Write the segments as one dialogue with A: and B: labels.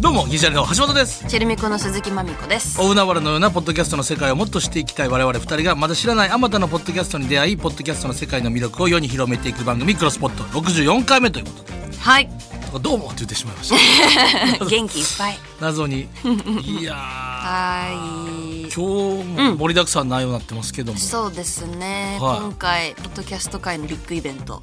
A: どうもギジャレの橋本です
B: チェルミコの鈴木まみこです
A: 大海原のようなポッドキャストの世界をもっと知っていきたい我々二人がまだ知らないあまたのポッドキャストに出会いポッドキャストの世界の魅力を世に広めていく番組「クロスポット」64回目ということで
B: はい
A: どうもって言ってしまいました
B: 元気いっぱい
A: 謎にいや
B: はい
A: ー今日も盛りだくさんの内容になってますけども、
B: そうですね、
A: はい
B: 今回ポッドキャスト界のビッグイベント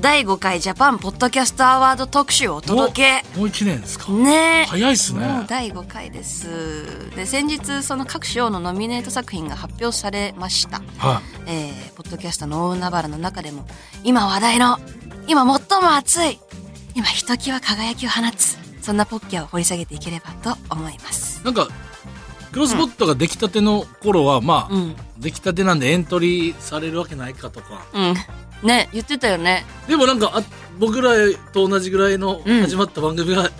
B: 第5回ジャパンポッドキャストアワード特集をお届け
A: おもう一年ですか、
B: ね
A: 早いっすね
B: もう第5回ですで先日その各賞のノミネート作品が発表されました
A: は
B: えーポッドキャストの大海原の中でも今話題の今最も熱い今ひときわ輝きを放つそんなポッキャを掘り下げていければと思います
A: い、なんかクロスボットが出来たての頃はまあ、
B: うん
A: 出来たてなんでエントリーされるわけないかとか
B: うんね言ってたよね
A: でもなんかあ僕らと同じぐらいの
B: うん
A: 始まった番組が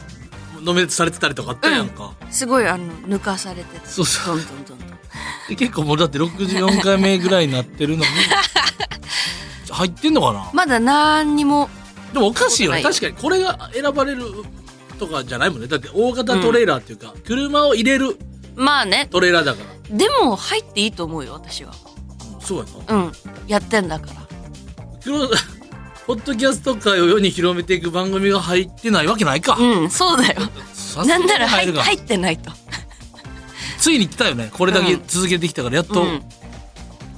A: ノミネートされてたりとかあったやんか、
B: すごいあの抜かされてて
A: そうそ
B: ど
A: うん
B: どんどんどん
A: で結構もうだって64回目ぐらいになってるのに入ってんのかな、
B: まだ何にも
A: でもおかしいよね
B: そう
A: 確かにこれが選ばれるとかじゃないもんねだって大型トレーラーっていうか、車を入れる
B: まあね
A: トレーラーだから
B: でも入っていいと思うよ私は
A: そうやな
B: うんやってんだから
A: クロポッドキャスト界を世に広めていく番組が入ってないわけないか。
B: うんそうだよ
A: さすが
B: な
A: に
B: んなら入
A: 入
B: っ
A: るが
B: 入ってないと
A: ついに来たよね。これだけ
B: うん
A: 続けてきたから、やっと、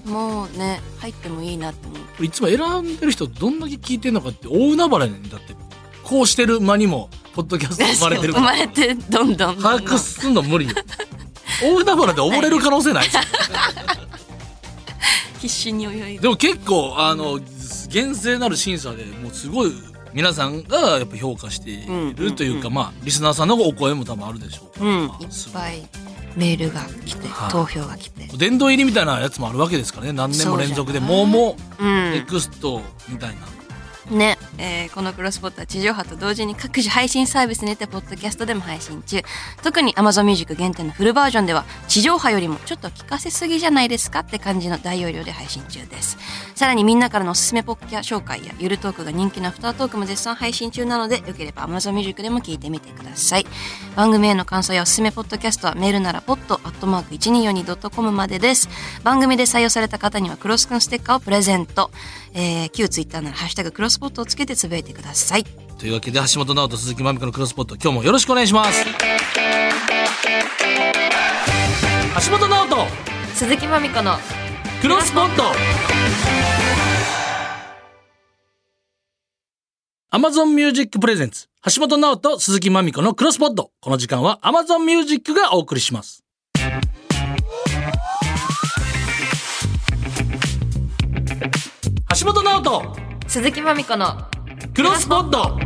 B: うん、もうね入ってもいいなって 思う
A: いつも選んでる人どんだけ聞いてんのかって大海原ね。だって、こうしてる間にも、ポッドキャスト生まれてる
B: 生
A: から
B: ま。れてどんどんどんどん
A: 把握すんの 無理よ。大海原で溺れる可能性ないですよ
B: 必死に泳いで
A: でも結構、あの、厳正なる審査でもうすごい、皆さんがやっぱ評価しているというか、まあ、リスナーさんのお声も多分あるでしょうから。
B: うんいっ
A: すごい
B: ぱいメールが来て
A: はい
B: 投票が来て
A: 殿堂入りみたいなやつもあるわけですからね何年も連続でもうも
B: う
A: うネ
B: ん
A: クストみたいな、
B: ね、えーこのクロスポットは地上波と同時に各種配信サービスにてポッドキャストでも配信中特に AmazonMusic 限定のフルバージョンでは地上波よりもちょっと聞かせすぎじゃないですかって感じの大容量で配信中ですさらにみんなからのおすすめポッキャ紹介やゆるトークが人気のアフタートークも絶賛配信中なのでよければ AmazonMusic でも聞いてみてください番組への感想やおすすめポッドキャストはメールなら pod.1242.com までです番組で採用された方にはクロスくんステッカーをプレゼント、えー、旧ツイッターなら「ハッシュタグクロスポット」をつけてつぶやいてください
A: というわけで橋本直人鈴木まみこのクロスポット今日もよろしくお願いします橋本直人
B: 鈴木まみこの
A: クロスポット Amazon Music Presents 橋本直人鈴木まみこのクロスポットこの時間は Amazon Music がお送りします橋本直人
B: 鈴木まみこの
A: クロスポット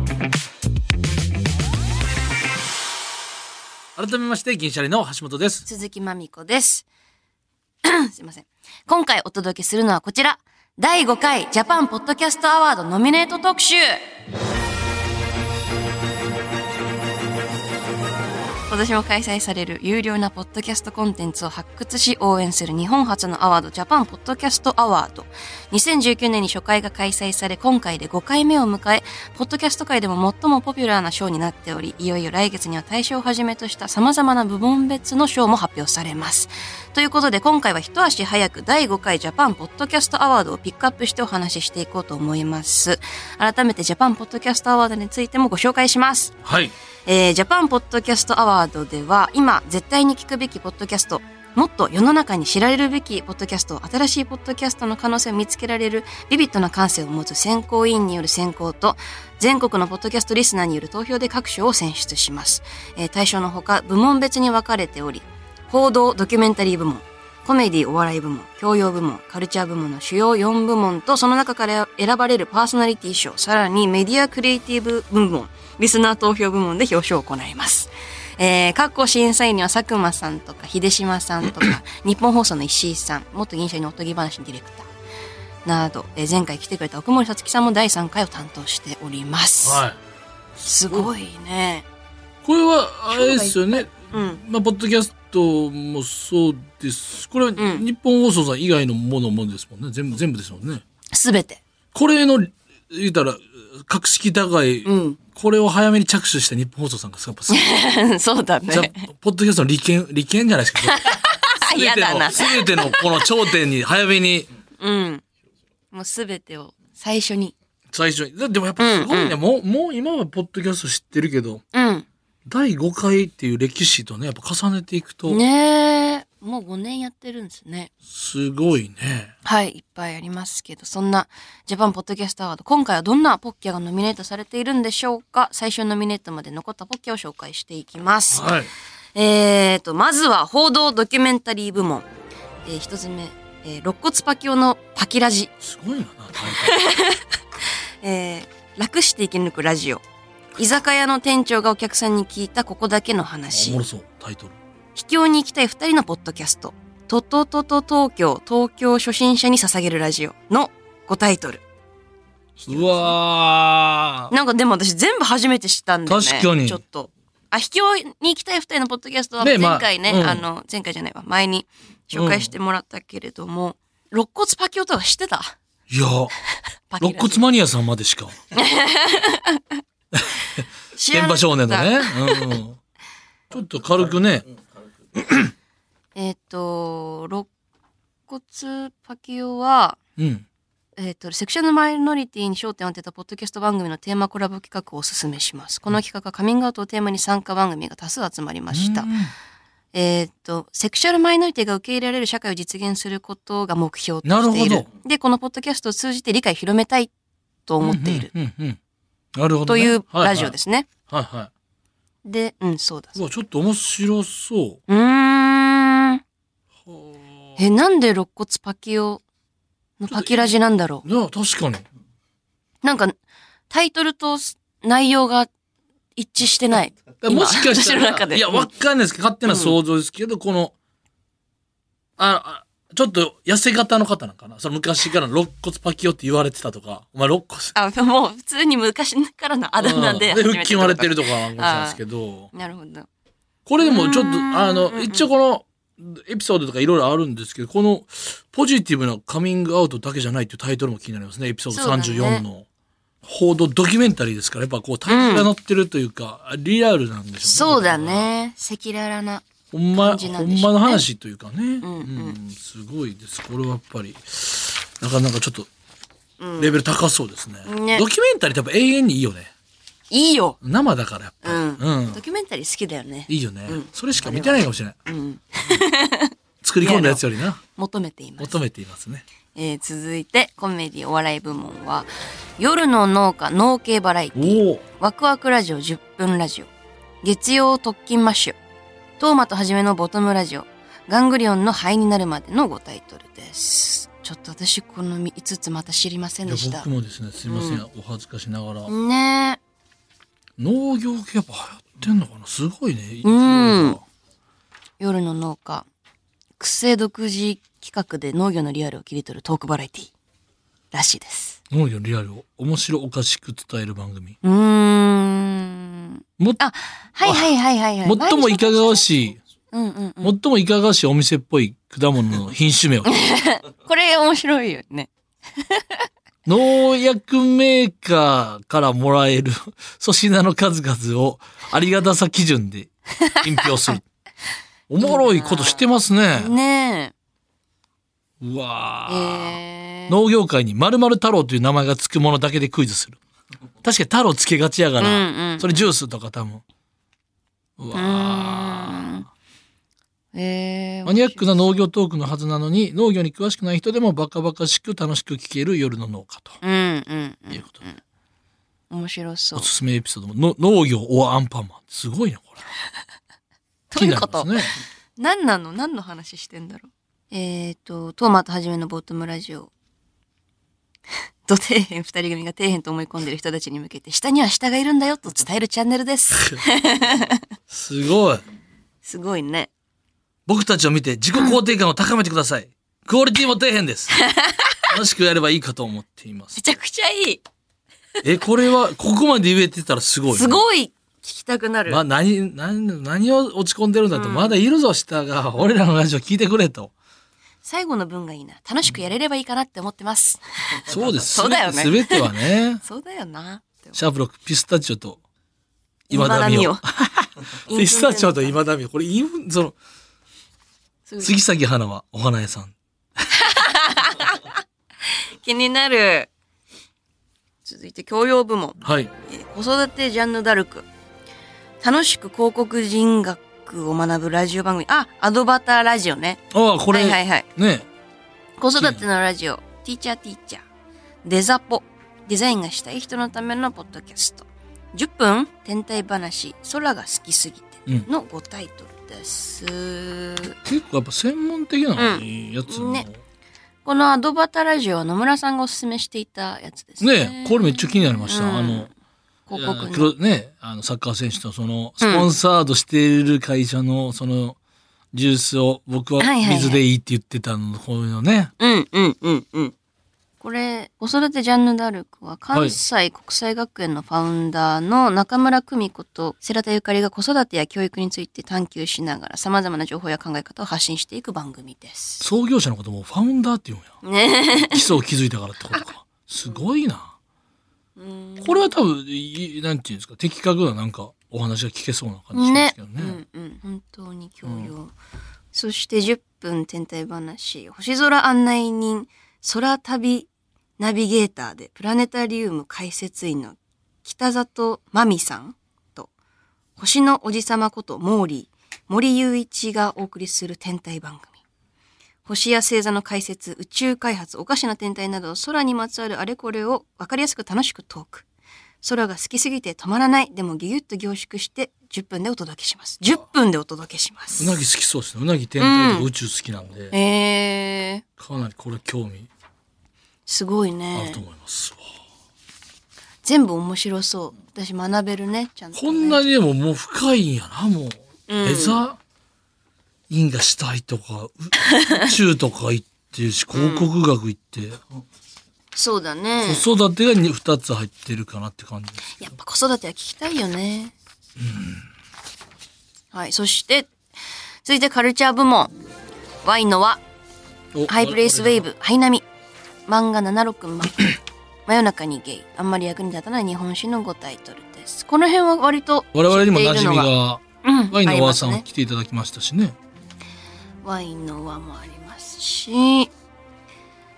A: 改めまして銀シャリの橋本です
B: 鈴木まみこです。 すいません。今回お届けするのはこちら。第5回ジャパンポッドキャストアワードノミネート特集。今年も開催される有料なポッドキャストコンテンツを発掘し応援する日本初のアワードジャパンポッドキャストアワード2019年に初回が開催され今回で5回目を迎えポッドキャスト界でも最もポピュラーな賞になっておりいよいよ来月には大賞をはじめとした様々な部門別の賞も発表されますということで今回は一足早く第5回ジャパンポッドキャストアワードをピックアップしてお話ししていこうと思います改めてジャパンポッドキャストアワードについてもご紹介します
A: はい
B: えージャパンポッドキャストアワードでは今絶対に聞くべきポッドキャストもっと世の中に知られるべきポッドキャスト新しいポッドキャストの可能性を見つけられるビビッドな感性を持つ選考委員による選考と全国のポッドキャストリスナーによる投票で各賞を選出します、えー対象のほか部門別に分かれており報道ドキュメンタリー部門コメディお笑い部門、教養部門、カルチャー部門の主要4部門とその中から選ばれるパーソナリティ賞、さらにメディアクリエイティブ部門、リスナー投票部門で表彰を行います。えー、各個審査員には佐久間さ んとか秀島さんとか日本放送の石井さん、元銀賞のおとぎ話のディレクター、など、えー前回来てくれた奥森さつきさんも第3回を担当しております。
A: はい。
B: すごいね。
A: これは、あれですよね。
B: うん。
A: まあ、ポッドキャストもそうです。これは、
B: ん
A: 日本放送さん以外のものもですもんね。全部、全部ですもんね。
B: すべて。
A: これの、言ったら、格式高い、
B: うん。
A: これを早めに着手した日本放送さんがやっぱすご い、
B: そうだ
A: ザ
B: ね。
A: ポッドキャストの利権、利権じゃないですか。
B: あ、
A: 全
B: 嫌
A: て
B: だな
A: の、。全てのこの頂点に早めに、
B: うん。もうすべてを最初に。
A: 最初に。だでもやっぱすごいね、もう、もう今はポッドキャスト知ってるけど、
B: うん。
A: 第5回っていう歴史とね、やっぱ重ねていくと、
B: ねえ。もう5年やってるんですね。
A: すごいね。
B: はい、いっぱいありますけど、そんなジャパンポッドキャストアワード、今回はどんなポッキャがノミネートされているんでしょうか最終ノミネートまで残ったポッキャを紹介していきます。
A: はい。
B: えーと、まずは報道ドキュメンタリー部門。えー一つ目、えー肋骨パキオのパキラジ。
A: すごいよな、大
B: えー楽して生き抜くラジオ。居酒屋の店長がお客さんに聞いたここだけの
A: 会。お
B: 話
A: も。ろそう、タイトル。
B: 秘境に行きたい二人のポッドキャスト。トトトト東京、東京初心者に捧げるラジオの5タイトル。
A: うわー。
B: なんかでも私全部初めて知ったんで、ね、
A: 確かに
B: ちょっと。あ、秘境に行きたい二人のポッドキャストは
A: ね
B: 前
A: まあ
B: 回ね、
A: うん
B: あの、前回じゃないわ、前に紹介してもらったけれども、肋骨パキオとは知ってた
A: いや、
B: パキラ
A: 肋
B: ジ
A: 骨マニアさんまでしか。現場
B: 知らなかった
A: 少年のね。うん。ちょっと軽くね、
B: えっ、と、肋骨パキオは、
A: うん。
B: えっ、と、セクシュアルマイノリティに焦点を当てたポッドキャスト番組のテーマコラボ企画をおすすめします。この企画はカミングアウトをテーマに参加番組が多数集まりました
A: うん。
B: えっ、と、セクシュアルマイノリティが受け入れられる社会を実現することが目標と
A: なる
B: して
A: ほ
B: いる。
A: ど。
B: で、このポッドキャストを通じて理解を広めたいと思っている。
A: うんうんうんうん。なるほど
B: と
A: ね。。
B: いうラジオですすね。
A: はいは
B: で、うん、そうだ。
A: い。うわ、ちょっと面白そう
B: ーん。
A: う。はあ
B: え、なんで肋骨パキオのパキラジなんだろ
A: いや、確かに。
B: う。なんか、タイトルと内容が一致してない。今
A: もしかした
B: 私の中
A: ら、
B: で
A: いや、わかんないですけど、勝手な想像ですけど、この、あ、あちょっと痩せ型の方なんかなその昔から肋骨パキオって言われてたとか、お前肋骨。
B: あ、もう普通に昔からのあだ名で。
A: うんで、腹筋割れて
B: る。
A: るとかなんかですけど、
B: なるほど。
A: これでもちょっ
B: う
A: と、
B: ーん
A: あ
B: うん
A: の、
B: うん
A: 一応この、エピソードとかいろいろあるんですけど、この、ポジティブなカミングアウトだけじゃないっていうタイトルも気になりますね、エピソー
B: そう
A: ド
B: だね
A: 34の。報道ドキュメンタリーですから、やっぱこう、タイトルが載ってるというか、リアルなんでしょうね。
B: そうだね。赤裸々な。
A: ほんま、
B: 感じな
A: ほ
B: んで
A: ん
B: しょ
A: ま
B: うね
A: の話というかね。うん
B: うん
A: すごいです。これはやっぱり、なかなかちょっと、レベル高そうですね。
B: ね
A: ドキュメンタリーってやっぱ永遠にいいよね。
B: いいよ。
A: 生だからやっぱ
B: う
A: り。
B: ん。
A: うん
B: ドキュメンタリー好きだよね。
A: いいよね、それしか見てないかもしれない。
B: うん。
A: 作り込んだやつよりな、
B: 求めています。
A: 求めていますね。
B: えー続いてコメディお笑い部門は夜の農家農系バラエティ
A: おお。
B: ワクワクラジオ10分ラジオ月曜特勤マッシュトーマとはじめのボトムラジオガングリオンの灰になるまでの5タイトルですちょっと私この5つまた知りません
A: い
B: で
A: や
B: した
A: 僕もですね、すいません、お恥ずかしながら、
B: ね
A: 農業系やっぱ流行ってんのかなすごいね。
B: うんえ夜の農家育成独自企画で農業のリアルを切り取るトークバラエティらしいです
A: 農業のリアルを面白おかしく伝える番組。
B: うーん
A: もっ
B: あはいはいはいはいはい
A: 最もいかがわしい
B: うんうんうん
A: 最もいかがわしいお店っぽい果物の品種名を。
B: これ面白いよね。
A: 農薬メーカーからもらえる 粗品の数々をありがたさ基準で品評す る。おもろいことしてますね。
B: ね
A: うわ
B: え。
A: ー
B: えー
A: 農業界に〇〇太郎という名前がつくものだけでクイズする。確かに太郎つけがちやから、
B: うんうん
A: それジュースとか多分。うわ
B: うー
A: ー
B: んえー
A: マニアックな農業トークのはずなのに、農業に詳しくない人でもバカバカしく楽しく聞ける夜の農家と。
B: うんうんう。
A: というんことで、
B: 面白そう
A: おす。すめエピソードも、の農業オアアンパンマン。すごいな、これ。
B: どういうこと
A: 気になりますね。
B: 何なの何の話してんだろうえっ、と、トーマとはじめのボトムラジオ。 ド底辺二人組が底辺と思い込んでる人たちに向けて、下には下がいるんだよと伝えるチャンネ ルです。
A: すごい。
B: すごいね。
A: 僕たちを見て自己肯定感を高めてください。クオリティも底辺です。楽しくやればいいかと思っています
B: め。ちゃくちゃいい。
A: え、これは、ここまで言えてたらすごいね、
B: すごい聞きたくなる。
A: まあ、何、何、何を落ち込んでるんだと、まだいるぞ、下が。俺らの話を聞いてくれと。
B: 最後の文がいいな。楽しくやれればいいかなって思ってます。
A: そうです。
B: そうだよね。
A: すべてはね
B: そうだよな。
A: シャープロック、ピスタチオと、今田美桜。ピスタチオと今田美桜。これ、言うその、 杉咲花はお花屋さん。
B: 気になる。続いて教養部門。
A: はい。
B: えー子育てジャンヌ・ダルク。楽しく広告人学を学ぶラジオ番組。あ、アドバターラジオね。
A: ああ、これ、
B: はいはいはい。
A: ね。
B: 子育てのラジオ。ティーチャーティーチャー。デザポ。デザインがしたい人のためのポッドキャスト。10分天体話。空が好きすぎて。
A: うん
B: の5タイトルです。
A: 結構やっぱ専門的なやつも。
B: ねこのアドバターラジオは野村さんがおすすめしていたやつですね。
A: ねこれめっちゃ気になりました。
B: うん
A: あの、
B: 広告
A: い
B: の
A: や黒ね、あのサッカー選手とそのスポンサードしている会社のそのジュースを僕は
B: はいはいはい
A: 水でいいって言ってたの、こういうのね。
B: うんうんうんうん。これ、子育てジャンヌ・ダルクは関西国際学園のファウンダーの中村久美子と世良田ゆかりが子育てや教育について探求しながら様々な情報や考え方を発信していく番組です。
A: 創業者のこともファウンダーって言うんや。
B: ね
A: 基礎を築いたからってことか。すごいな。
B: うん
A: これは多分、いいなんていうんですか、的確ななんかお話が聞けそうな感じしますけどね。
B: うんうん、本当に教養。そして10分天体話、星空案内人、空旅ナビゲーターでプラネタリウム解説員の北里真美さんと、星のおじさまことモーリー、森雄一がお送りする天体番組。星や星座の解説、宇宙開発、おかしな天体など、空にまつわるあれこれを分かりやすく楽しくトーク。空が好きすぎて止まらない。でもギュギュッと凝縮して10分でお届けします。10分でお届けします。
A: うなぎ好きそうですね。うなぎ天体と
B: う
A: か
B: ん
A: 宇宙好きなんで、
B: えー、
A: かなりこれ興味
B: すごい
A: ある
B: ね
A: と。思います。
B: 全部面白そう。私学べるね、ちゃんと、ね。
A: こんなにでももう深いんやな、もう。デザインがしたいとか、 宇宇宙とか行ってるし、広告学行って、
B: そうだね。
A: 子育てがに2つ入ってるかなって感じです。
B: やっぱ子育ては聞きたいよね。はい、そして、続いてカルチャー部門。ワイノは、
A: お
B: ハイプレイスウェイ。ブ、ハイナミ。漫画760、ま、 真夜中にゲイ。あんまり役に立たない日本史の5タイトルです。この辺は割と知
A: 我々
B: っ
A: にも
B: てい
A: 馴
B: る
A: 染
B: の
A: み
B: は、
A: が、
B: うん
A: ワイン
B: あ
A: の
B: り
A: おば
B: ま
A: あ
B: す
A: さん
B: ね
A: 来ていただきましたしね。
B: ワインの輪もありますし、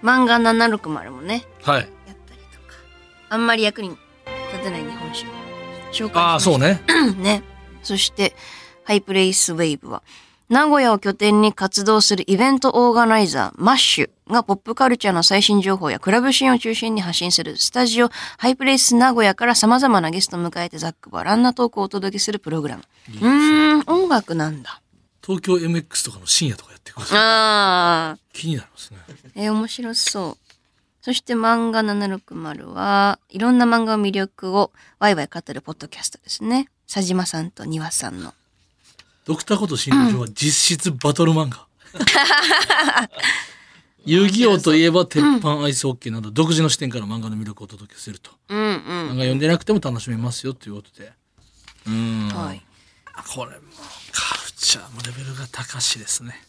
B: 漫画760もね、
A: はい。
B: やったりとか。あんまり役に立たない日本史を紹介しました
A: ああ、そうね。
B: ね。そして、ハイプレイスウェイブは、名古屋を拠点に活動するイベントオーガナイザー、マッシュがポップカルチャーの最新情報やクラブシーンを中心に発信するスタジオ、ハイプレイス名古屋から様々なゲストを迎えてざっくばらんなトークをお届けするプログラム。うーん、音楽なんだ。
A: 東京 MX とかの深夜とかやってくる。
B: あー。
A: 気になりますね。
B: えー面白そう。そして漫画760はいろんな漫画の魅力をワイワイ語るポッドキャストですね。佐島さんと庭さんの。
A: ドクターこと診療所は実質バトル漫 画。遊戯王といえば鉄板アイスホッケーなど独自の視点から漫画の魅力をお届けすると。
B: うんうん
A: 漫。画読んでなくても楽しめますよということで。うん。
B: はい。
A: これもカルチャーもレベルが高しですね。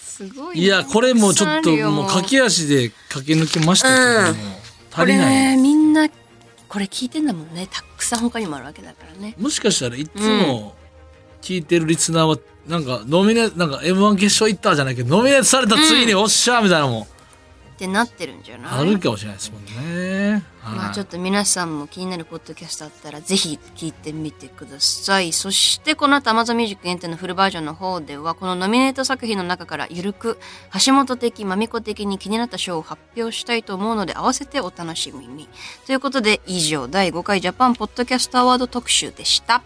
B: すごいね。
A: いや、これもちょっと
B: たくさんあるよ
A: もう駆け足で駆け抜けましたけども、
B: こ
A: 足り
B: れ
A: ない。
B: みんな、これ聞いてんだもんね。たくさん他にもあるわけだからね。
A: もしかしたらいつも聞いてるリスナーは、なんかノミネなんか M1 決勝行ったじゃないけど、ノミネートされたついにおっしゃーみたいなのも
B: ってなってるんじゃな
A: あ
B: い
A: るかもしれないですもんね。はい
B: まあちょっと皆さんも気になるポッドキャストあったらぜひ聞いてみてください。そしてこの後 Amazon Music 限定のフルバージョンの方ではこのノミネート作品の中からゆるく橋本的、まみこ的に気になった賞を発表したいと思うので合わせてお楽しみに。ということで以上第5回ジャパンポッドキャストアワード特集でした。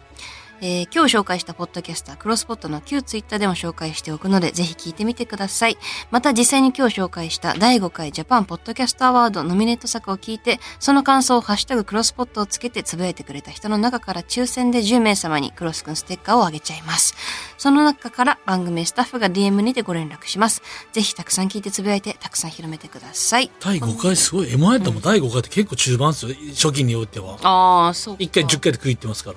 B: えー今日紹介したポッドキャスター、クロスポットの旧ツイッターでも紹介しておくので、ぜひ聞いてみてください。また実際に今日紹介した第5回ジャパンポッドキャストアワードノミネート作を聞いて、その感想をハッシュタグクロスポットをつけてつぶやいてくれた人の中から抽選で10名様にクロスくんステッカーをあげちゃいます。その中から番組スタッフが DM にてご連絡します。ぜひたくさん聞いてつぶやいて、たくさん広めてください。
A: 第5回すごい M1 やったもん第5回って結構中盤ですよ初期においては
B: ああ、そうか。
A: 1回10回で区切ってますから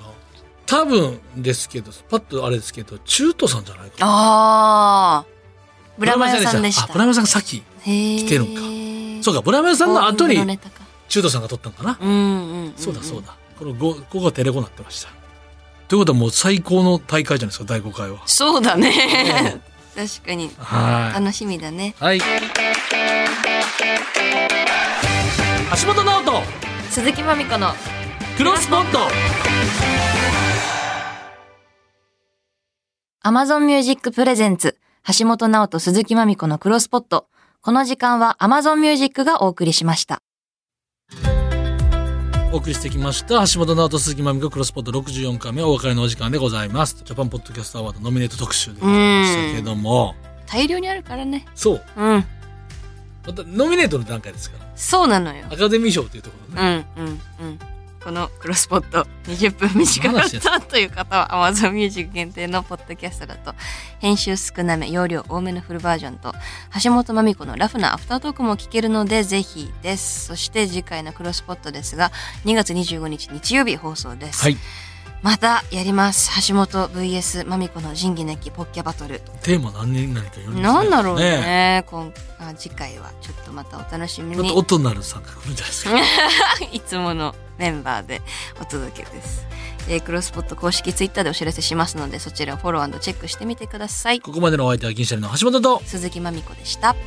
A: 多分ですけどパッとあれですけど中途さんじゃないかな
B: ああ。ブラマヨさんでし
A: あ
B: た。
A: ブラマヨさんが先
B: 来
A: 来てるんかそうかブラマヨさんの後に
B: うん
A: 中途さんが取ったのかな、
B: うんん。
A: そうだそうだこの 5, 5がテレコになってましたということはもう最高の大会じゃないですか第5回は
B: そうだね。確かに。
A: は
B: 楽しみだね。
A: いはい橋本直人
B: 鈴木まみこの。
A: クロスポット
B: Amazon Music Presents 橋本直人鈴木まみこのクロスポット。この時間は Amazon Music がお送りしました。
A: お送りしてきました橋本直人鈴木まみこクロスポット64回目お別れのお時間でございますジャパンポッドキャストアワードノミネート特集でございましたけども
B: 大量にあるからね。
A: そう
B: うん。
A: またノミネートの段階ですから
B: そうなのよ。
A: アカデミー賞というところ
B: う
A: ね、
B: んうんうん。このクロスポット20分短かった という方は Amazon Music 限定のポッドキャストだと編集少なめ、容量多めのフルバージョンと橋本まみ子のラフなアフタートークも聞けるのでぜひです。そして次回のクロスポットですが2月25日日曜日放送です。
A: はい
B: またやります。橋本 VS まみ子の仁義なきポッキャバトル。
A: テーマ何に何かより
B: なんだろうね。今あ次回はちょっとまたお楽しみ
A: ちょっ
B: に
A: と。音なる三角みたいですけど
B: いつものメンバーでお届けです。えークロスポット公式ツイッターでお知らせしますので、そちらをフォローチェックしてみてください。
A: ここまでのお相手は銀シャリの橋本と
B: 鈴木まみこでした。